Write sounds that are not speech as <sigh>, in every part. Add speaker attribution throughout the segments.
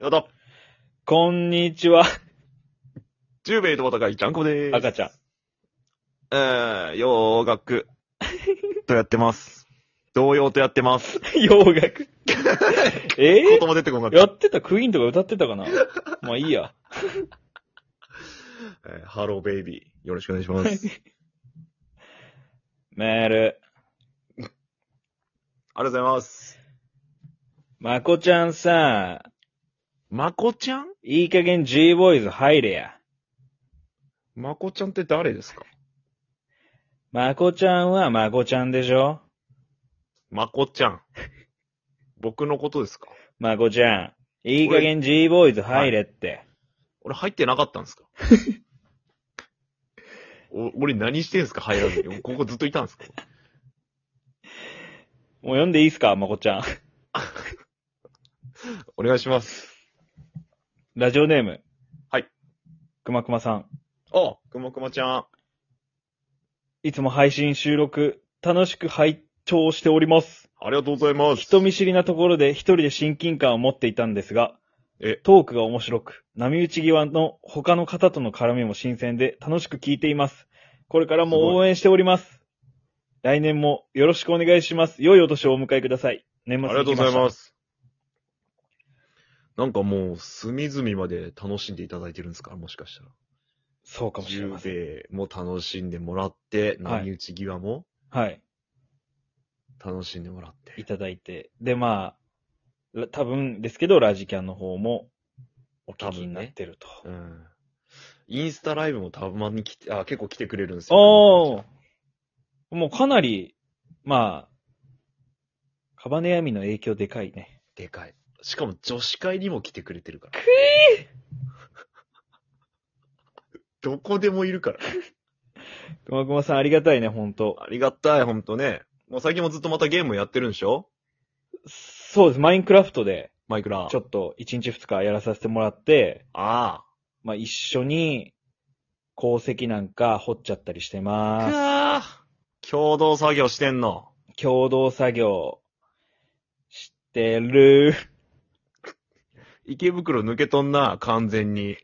Speaker 1: よだ、
Speaker 2: こんにちは、
Speaker 1: 10名とも高い、ちゃんこでーす。
Speaker 2: 赤ちゃん。
Speaker 1: えー、洋楽。とやってます。童謡とやって
Speaker 2: <laughs>
Speaker 1: ます。
Speaker 2: 洋楽。え
Speaker 1: 言
Speaker 2: ー
Speaker 1: 葉出てこなかっ
Speaker 2: やってたクイーンとか歌ってたかなまあいい
Speaker 1: <laughs>
Speaker 2: や。
Speaker 1: た。えーハローベイビー。よろしくお願いします。
Speaker 2: メール。
Speaker 1: ありがとうございます。
Speaker 2: まこちゃんさ、
Speaker 1: まこちゃん
Speaker 2: いい加減 G ボーイズ入れや。
Speaker 1: まこちゃんって誰ですか
Speaker 2: まこちゃんはまこちゃんでしょ
Speaker 1: まこちゃん。僕のことですか
Speaker 2: まこちゃん。いい加減 G ボーイズ入れって。
Speaker 1: 俺入ってなかったんです
Speaker 2: <laughs>
Speaker 1: かお俺何してんすか入らずに。ここずっといたんですか
Speaker 2: もう読んでいいっすかまこちゃん。 <laughs>
Speaker 1: お願いします。
Speaker 2: ラジオネーム。
Speaker 1: はい。
Speaker 2: くまくまさん。
Speaker 1: あ、くまくまちゃん。
Speaker 2: いつも配信収録、楽しく拝聴しております。
Speaker 1: ありがとうございます。
Speaker 2: 人見知りなところで一人で親近感を持っていたんですが
Speaker 1: え、
Speaker 2: トークが面白く、波打ち際の他の方との絡みも新鮮で楽しく聞いています。これから
Speaker 1: すご
Speaker 2: も
Speaker 1: い
Speaker 2: 応援しております。来年もよろしくお願いします。良いお年をお迎えください。年末
Speaker 1: ありがとうござい
Speaker 2: す。
Speaker 1: ます。なんかもう、隅々まで楽しんでいただいてるんですかもしかしたら。
Speaker 2: そうかもしれ
Speaker 1: 十
Speaker 2: ません。
Speaker 1: 兵衛も楽しんでもらって、
Speaker 2: はい
Speaker 1: 波打ち際も
Speaker 2: はい。
Speaker 1: 楽しんでもらって。
Speaker 2: いただいて。で、まあ、ら多分ですけど、ラジキャンの方もお聞きになってると。
Speaker 1: うん。インスタライブもたまに来て、あ、結構来てくれるんですよ。
Speaker 2: おーもうかなり、まあ、カバネヤミの影響でかいね。
Speaker 1: でかい。しかも女子会にも来てくれてるから。どこでもいるから。
Speaker 2: くまくまさんありがたいね、ほんと。
Speaker 1: ありがたい、ほんとね。もう最近もずっとまたゲームやってるんでしょ
Speaker 2: そうです、マインクラフトで、
Speaker 1: マイクラ。
Speaker 2: ちょっと1日2日やらさせてもらって、
Speaker 1: あ
Speaker 2: まあ一緒に、鉱石なんか掘っちゃったりして
Speaker 1: あ。
Speaker 2: ま
Speaker 1: かー共同作業してんの。
Speaker 2: す。共同作業、してる。
Speaker 1: 池袋抜けとんな、完全に。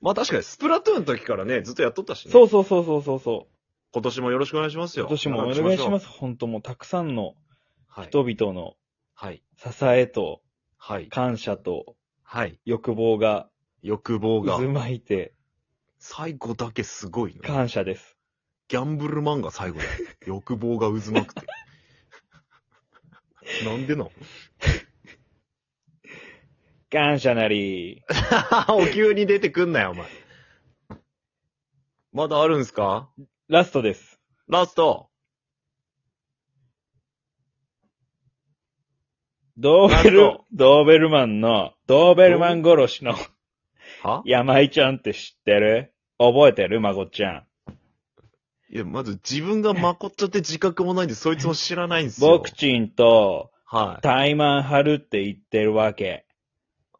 Speaker 1: まあ確かに、スプラトゥーンの時からね、ずっとやっとったしね。
Speaker 2: そうそうそうそうそうそう。
Speaker 1: 今年もよろしくお願いしますよ。。
Speaker 2: 今年もお願いしますす。ほんともうたくさんの
Speaker 1: はい。
Speaker 2: 人々の
Speaker 1: はい。
Speaker 2: 支えと
Speaker 1: はい。
Speaker 2: 感謝と
Speaker 1: はい。
Speaker 2: 欲望が
Speaker 1: 欲望が
Speaker 2: 渦。巻いて、
Speaker 1: 最後だけすごいな。
Speaker 2: 感謝です。
Speaker 1: ギャンブル漫画最
Speaker 2: <laughs>
Speaker 1: 後だよ。欲望が渦巻くて。なんでな
Speaker 2: <laughs>
Speaker 1: の
Speaker 2: 感謝なり。
Speaker 1: お急に出てくんなよ、お前。まだあるんすか
Speaker 2: ラストです。
Speaker 1: ラスト。
Speaker 2: ドーベ
Speaker 1: ラ
Speaker 2: ル
Speaker 1: スト、
Speaker 2: ドーベルマンの、ドーベルマン殺しの
Speaker 1: は
Speaker 2: 山井ちゃんって知ってる覚えてるまこちゃん。
Speaker 1: いや、まず自分がまこっちゃって自覚もないんで、そいつも知らないんですよ。
Speaker 2: ボクチンと、
Speaker 1: はい。
Speaker 2: タイマン張るって言ってるわけ。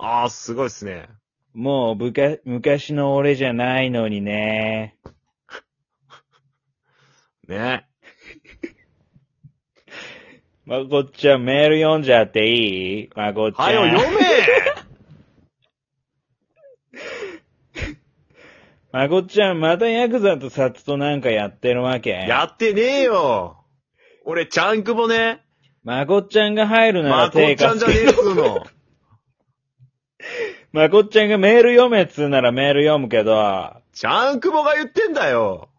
Speaker 1: ああ、すごいっすね。
Speaker 2: もうぶか、昔の俺じゃないのにね。
Speaker 1: ね。
Speaker 2: まこちゃんメール読んじゃっていいまこちゃん。
Speaker 1: はよ、読め
Speaker 2: まこちゃんまたヤクザとサツとなんかやってるわけ。
Speaker 1: <laughs> やってねえよ俺、ちゃんくぼね。
Speaker 2: まこちゃんが入るな
Speaker 1: ま
Speaker 2: ら
Speaker 1: こっ
Speaker 2: 手
Speaker 1: ちゃん
Speaker 2: 貸
Speaker 1: じゃねえっ
Speaker 2: す <laughs>
Speaker 1: つうの。 <laughs>
Speaker 2: まこっちゃんがメール読めっつうならメール読むけど、
Speaker 1: ちゃんくぼが言ってんだよ。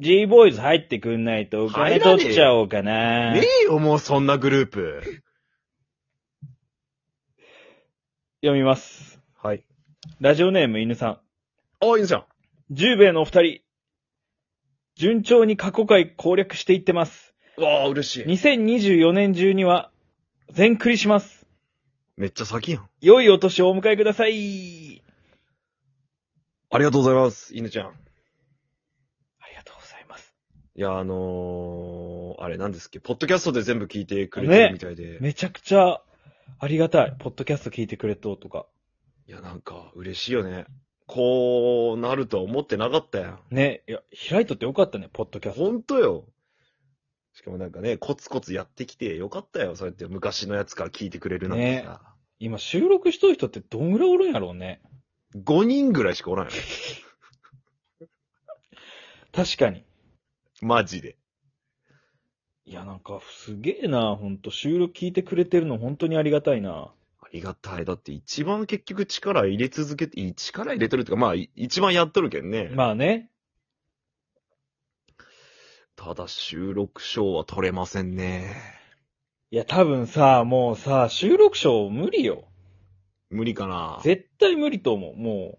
Speaker 2: G ボーイズ入ってくんないとお金
Speaker 1: 入らねえ
Speaker 2: 取っちゃおうかな。
Speaker 1: ねえよ、もうそんなグループ。
Speaker 2: 読みます。
Speaker 1: はい。
Speaker 2: ラジオネーム犬さ
Speaker 1: あ、いいじゃん。
Speaker 2: ん。10名のお二人。順調に過去回攻略していってます。
Speaker 1: わあ、嬉しい。
Speaker 2: 2024年中には、全クリします。
Speaker 1: めっちゃ先やん。
Speaker 2: 良いお年をお迎えください。
Speaker 1: ありがとうございます、犬ちゃん。
Speaker 2: ありがとうございます。
Speaker 1: いや、あのー、あれなんですっけポッドキャストで全部聞いてくれてるみたいで。
Speaker 2: めちゃくちゃ、ありがたい。ポッドキャスト聞いてくれとうとか。
Speaker 1: いや、なんか、嬉しいよね。こうなるとは思ってなかったやん。
Speaker 2: ね、いや、開いとってよかったね、ポッドキャスト。
Speaker 1: ほんとよ。しかもなんかね、コツコツやってきてよかったよ。そうやって昔のやつから聞いてくれるなんてさ。
Speaker 2: 今収録しとる人ってどんぐらいおるんやろうね。
Speaker 1: 5人ぐらいしかおらんよね。
Speaker 2: 確かに。
Speaker 1: マジで。
Speaker 2: いや、なんか、すげえな、ほんと。収録聞いてくれてるの本当にありがたいな。
Speaker 1: ありがたい。だって一番結局力入れ続けて、い力入れてるっていうか、まあ、い一番やっとるけんね。
Speaker 2: まあね。
Speaker 1: ただ収録賞は取れませんね。
Speaker 2: いや、多分さ、もうさ、収録賞無理よ。
Speaker 1: 無理かな。
Speaker 2: 絶対無理と思う。もう。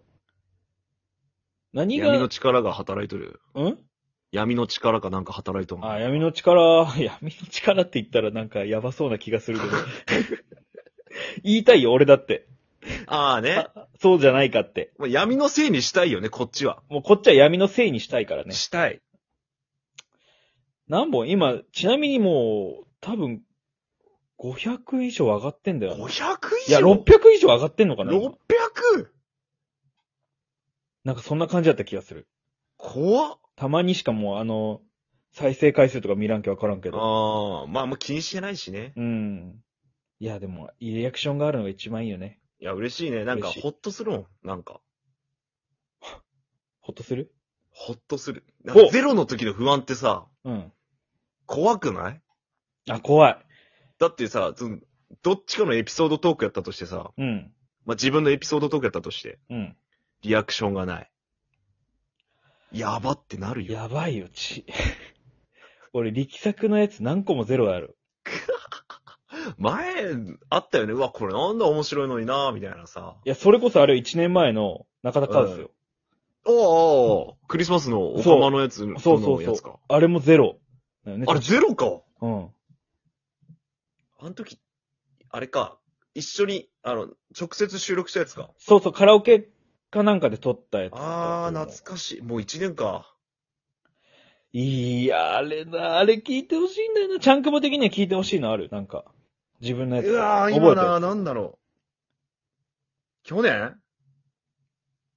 Speaker 2: 何
Speaker 1: 闇の
Speaker 2: が、
Speaker 1: 力が働いとる。
Speaker 2: うん
Speaker 1: 闇の力かなんか働いとん
Speaker 2: あ、闇の力、 <laughs> 闇の力って言ったらなんかやばそうな気がする
Speaker 1: <laughs>
Speaker 2: けど。言いたいよ、俺だって。
Speaker 1: ああね。
Speaker 2: そうじゃないかって。
Speaker 1: もう闇のせいにしたいよね、こっちは。
Speaker 2: もうこっちは闇のせいにしたいからね。
Speaker 1: したい。
Speaker 2: 何本今、ちなみにもう、多分、500以上上がってんだよな。
Speaker 1: 500以上
Speaker 2: いや、600以上上がってんのかな今
Speaker 1: 600?
Speaker 2: なんかそんな感じだった気がする。
Speaker 1: 怖った
Speaker 2: まにしかもう、あの、再生回数とか見らんけわからんけど。
Speaker 1: ああ、まあもう気にしてないしね。
Speaker 2: うん。いや、でも、リアクションがあるのが一番いいよね。
Speaker 1: いや、嬉しいね。なんか、
Speaker 2: 嬉しい
Speaker 1: ほっとするもん。なんか、
Speaker 2: ほっとする
Speaker 1: ほっとする。なんか
Speaker 2: お
Speaker 1: ゼロの時の不安ってさ、
Speaker 2: うん。
Speaker 1: 怖くない
Speaker 2: あ、怖い。
Speaker 1: だってさ、そのどっちかのエピソードトークやったとしてさ、
Speaker 2: うん。
Speaker 1: まあ自分のエピソードトークやったとして、
Speaker 2: うん。
Speaker 1: リアクションがない。やばってなるよ。
Speaker 2: やばいよ、ち。 <laughs> 俺、力作のやつ何個もゼロある。
Speaker 1: 前、あったよね。うわ、これなんだ面白いのになみたいなさ。
Speaker 2: いや、それこそあれ1年前の中田カウスよ。
Speaker 1: おーおークリスマスのおかまのやつ、
Speaker 2: そうそうそう
Speaker 1: のやつか。
Speaker 2: あれもゼロ。だよね
Speaker 1: あれゼロか
Speaker 2: うん。
Speaker 1: あの時、あれか、一緒に、あの、直接収録したやつか。
Speaker 2: そうそう、カラオケかなんかで撮ったやつ。
Speaker 1: あー、懐かしい。もう一年か。
Speaker 2: いや、あれな、あれ聞いてほしいんだよな。ちゃんくぼ的には聞いてほしいのあるなんか。自分のやつ。
Speaker 1: うわー、
Speaker 2: 覚え
Speaker 1: 今
Speaker 2: てる
Speaker 1: な、なんだろう。去年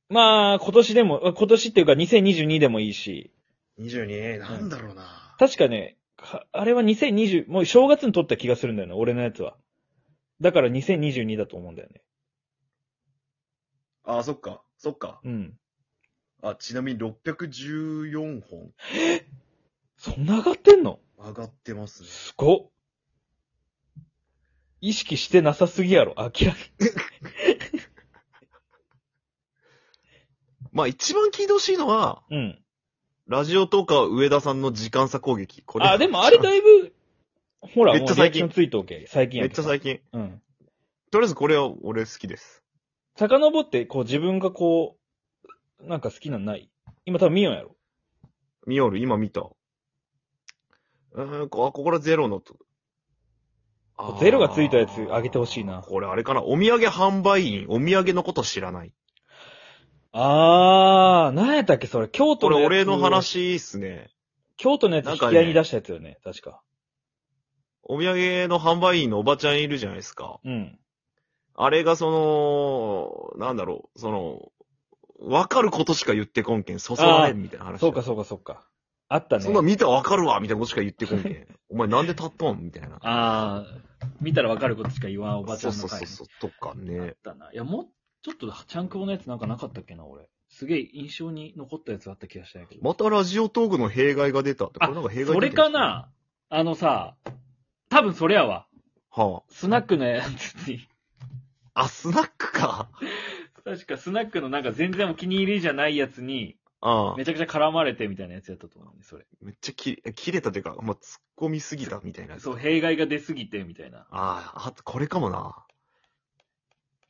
Speaker 2: まあ、今年でも、今年っていうか2022でもいいし。
Speaker 1: ?22、なんだろうな。
Speaker 2: 確かね、かあれは2020、もう正月に撮った気がするんだよね、俺のやつは。だから2022だと思うんだよね。
Speaker 1: あー、そっか、そっか。
Speaker 2: うん。
Speaker 1: あ、ちなみに614本
Speaker 2: そんな上がってんの
Speaker 1: 上がってますね。
Speaker 2: すごっ。意識してなさすぎやろ、明らか
Speaker 1: まあ一番聞いてほしいのは、
Speaker 2: に。うん。
Speaker 1: ラジオとか上田さんの時間差攻撃。これ
Speaker 2: あ、でもあれだいぶ、ほら、
Speaker 1: めっちゃ
Speaker 2: もうリア
Speaker 1: 最
Speaker 2: ク
Speaker 1: 近
Speaker 2: ションついておけ。最近
Speaker 1: め
Speaker 2: や
Speaker 1: っ
Speaker 2: け
Speaker 1: ちゃ
Speaker 2: ど
Speaker 1: 最近。
Speaker 2: うん。
Speaker 1: とりあえずこれは俺好きです。
Speaker 2: 遡って、こう自分がこう、なんか好きなのない今多分ミオンやろ。
Speaker 1: 見よる、今見た。うーん、こ、あここらゼロのと。あー
Speaker 2: ゼロがついたやつあげてほしいな
Speaker 1: これあれかな、お土産販売員、お土産のこと知らない。
Speaker 2: あー、なんやったっけそれ、京
Speaker 1: こ
Speaker 2: 都の
Speaker 1: れ
Speaker 2: やつ。
Speaker 1: 俺の。話っすね。
Speaker 2: 京都のやつ引き合いに出したやつよね、確か。
Speaker 1: お土産の販売員のおばちゃんいるじゃないですか。
Speaker 2: うん。
Speaker 1: あれがその、なんだろう、その、わかることしか言ってこんけん、そそられんみたいな話。
Speaker 2: そうかそうかそうか。あったね。
Speaker 1: そんなん見たらわかるわみたいなことしか言ってこんけん。お前なんで立っとんみたいな。
Speaker 2: ああ、見たらわかることしか言わんおばちゃん
Speaker 1: そ
Speaker 2: の
Speaker 1: うそう
Speaker 2: 会、
Speaker 1: そ
Speaker 2: ね。
Speaker 1: うそう、とか
Speaker 2: あ
Speaker 1: ね
Speaker 2: っ。たな。いや、もう、ちょっと、ちゃんくぼのやつなんかなかったっけな、俺。すげえ印象に残ったやつあった気がしたんやけど。
Speaker 1: またラジオトークの弊害が出たって、これなんか弊害出て
Speaker 2: それ
Speaker 1: るんです
Speaker 2: かなあのさ、多分それやわ。
Speaker 1: は
Speaker 2: スナックのやつに、
Speaker 1: あ。あ、スナックか。
Speaker 2: <laughs> 確かスナックのなんか全然お気に入りじゃないやつに、
Speaker 1: ああ。
Speaker 2: めちゃくちゃ絡まれてみたいなやつやったと思うね、それ。
Speaker 1: めっちゃき切れたというか、まあ、突っ込みすぎたみたいな。
Speaker 2: そう、弊害が出すぎて、みたいな。
Speaker 1: ああ、あこれかもな。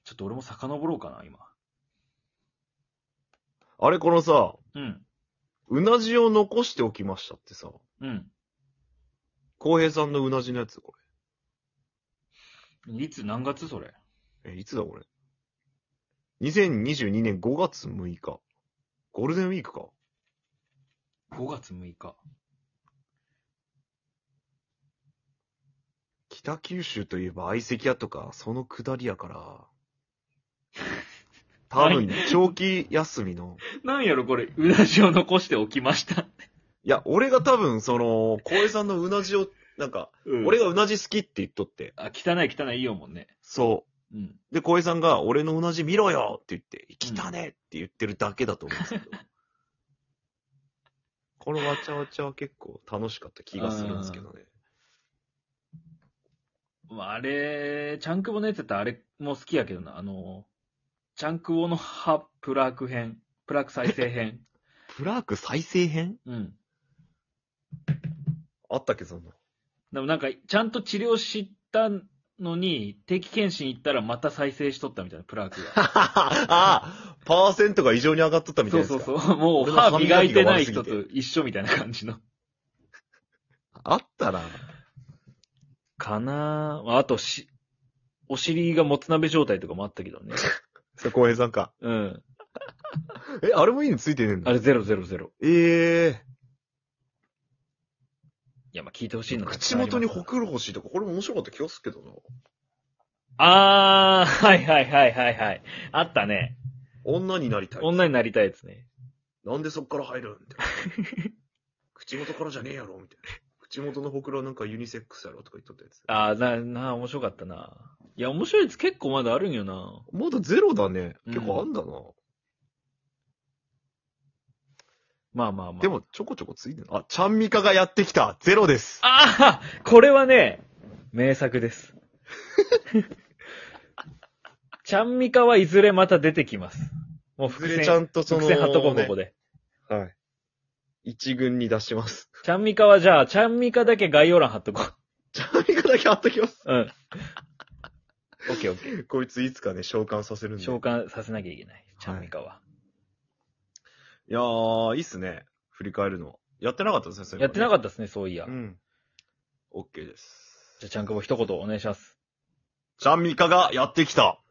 Speaker 2: ちょっと俺も遡ろうかな、今。
Speaker 1: あれ、このさ、
Speaker 2: うん。
Speaker 1: うなじを残しておきましたってさ、
Speaker 2: うん。
Speaker 1: 浩平さんのうなじのやつ、こ
Speaker 2: いつ、何月それ
Speaker 1: れ。え、いつだこれ。2022年5月6日。ゴールデンウィークか。
Speaker 2: ?5 月6日。
Speaker 1: 北九州といえば相席屋とか、その下りやから。
Speaker 2: <laughs>
Speaker 1: 多分、長期休みの。
Speaker 2: なんやろ、これ、うなじを残しておきました。
Speaker 1: いや、俺が多分、その、浩平さんのうなじを、なんか、
Speaker 2: うん <laughs>
Speaker 1: 俺がうなじ好きって言っとって。
Speaker 2: あ、汚い汚いいいよもんね。
Speaker 1: そ
Speaker 2: うん。
Speaker 1: で、小江さんが、俺のうなじ見ろよって言って、汚ねって言ってるだけだと思うん
Speaker 2: <laughs>
Speaker 1: ですけど。このわちゃわちゃは結構楽しかった気がするんですけどね。
Speaker 2: まあ、あれ、チャンクボのやつやったらあれも好きやけどな。あの、チャンクボの葉プラーク編、プラーク再生 <laughs> 編。
Speaker 1: プラーク再生編
Speaker 2: うん。
Speaker 1: あったっけ、そんな。 <laughs>
Speaker 2: でもなんか、ちゃんと治療したのに、定期検診行ったらまた再生しとったみたいな、プラークが。
Speaker 1: ああパーセントが異常に上がっとったみた
Speaker 2: <laughs> そ
Speaker 1: いうです
Speaker 2: そ
Speaker 1: か
Speaker 2: うそう。もう
Speaker 1: 俺の歯
Speaker 2: 歯磨
Speaker 1: 磨
Speaker 2: い
Speaker 1: き
Speaker 2: て
Speaker 1: が
Speaker 2: ない
Speaker 1: 悪すぎて
Speaker 2: 人と一緒みたいな感じの。
Speaker 1: あったな。
Speaker 2: かなぁ。まああとし、お尻がもつ鍋状態とかもあったけどね。
Speaker 1: それ、浩平さんか。
Speaker 2: <laughs> うん。
Speaker 1: え、あれもいいのついてねえん
Speaker 2: あ
Speaker 1: だ。
Speaker 2: れ000。い
Speaker 1: え
Speaker 2: や、まあ聞いてほし
Speaker 1: え
Speaker 2: いのたく
Speaker 1: 口
Speaker 2: さんあります
Speaker 1: 元にほくろ欲しいとか、これも面白かった気がするけどな。
Speaker 2: あー、はいはいはいはいはい。あったね。
Speaker 1: 女になりたい。
Speaker 2: 女になりたいですね。
Speaker 1: なんでそっから入るみ
Speaker 2: <laughs>
Speaker 1: たいな。口元からじゃねえやろみたいな。口元のほくろはなんかユニセックスやろとか言っとったやつ。
Speaker 2: あー、な、な、面白かったな。いや、面白いやつ結構まだあるんよな。
Speaker 1: まだゼロだね。
Speaker 2: うん
Speaker 1: 結構あんだな。
Speaker 2: まあまあまあ。
Speaker 1: で、も、ちょこちょこついてる。あ、ちゃんみかがやってきたゼロです
Speaker 2: あーこれはね、名作 <laughs> です。ちゃんみかはいずれまた出てきます。もう
Speaker 1: ず
Speaker 2: 伏線、
Speaker 1: れちゃんとその、
Speaker 2: 伏線貼っとこう、ここで。
Speaker 1: ねはい。一軍に出します。
Speaker 2: ちゃんみかはじゃあ、ちゃんみかだけ概要欄貼っとこ
Speaker 1: ちゃんみかだけあっときます。
Speaker 2: う。うん。オッケーオッケー。
Speaker 1: こいついつかね、召喚させるんで。
Speaker 2: 召喚させなきゃいけない。ちゃんみかは。
Speaker 1: いやー、いいっすね。振り返るの。やってなかったですね、それ
Speaker 2: やってなか
Speaker 1: っ
Speaker 2: ったですね、そういや。
Speaker 1: うん。オッケーです。
Speaker 2: じゃあ、ちゃんくぼ一言お願いします。
Speaker 1: ちゃんみかがやってきた。